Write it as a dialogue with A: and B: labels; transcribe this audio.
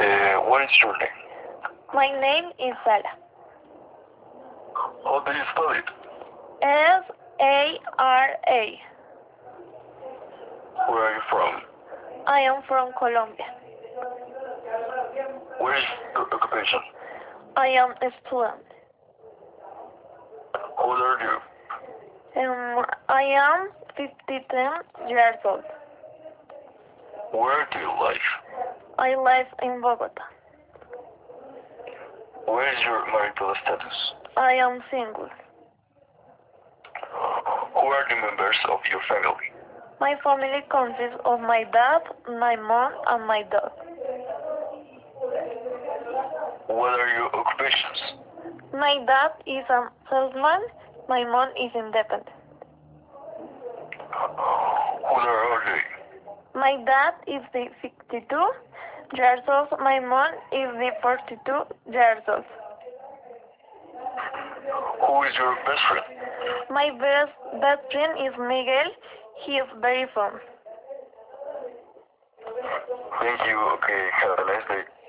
A: French children.
B: My name is Sara.
A: How do you spell it?
B: S A R A.
A: Where are you from?
B: I am from Colombia.
A: Where is your occupation?
B: I am a student.
A: How old are you?
B: Um, I am 53 years old.
A: Where do you live?
B: I live in Bogota.
A: Where is your marital status?
B: I am single.
A: Who are the members of your family?
B: My family consists of my dad, my mom, and my dog.
A: What are your occupations?
B: My dad is a salesman. My mom is independent.
A: Who are they?
B: My dad is the 62 years old. My mom is the 42 years old.
A: Who is your best friend?
B: My best, best friend is Miguel. He is very fun.
A: Thank you. Okay, have a nice day.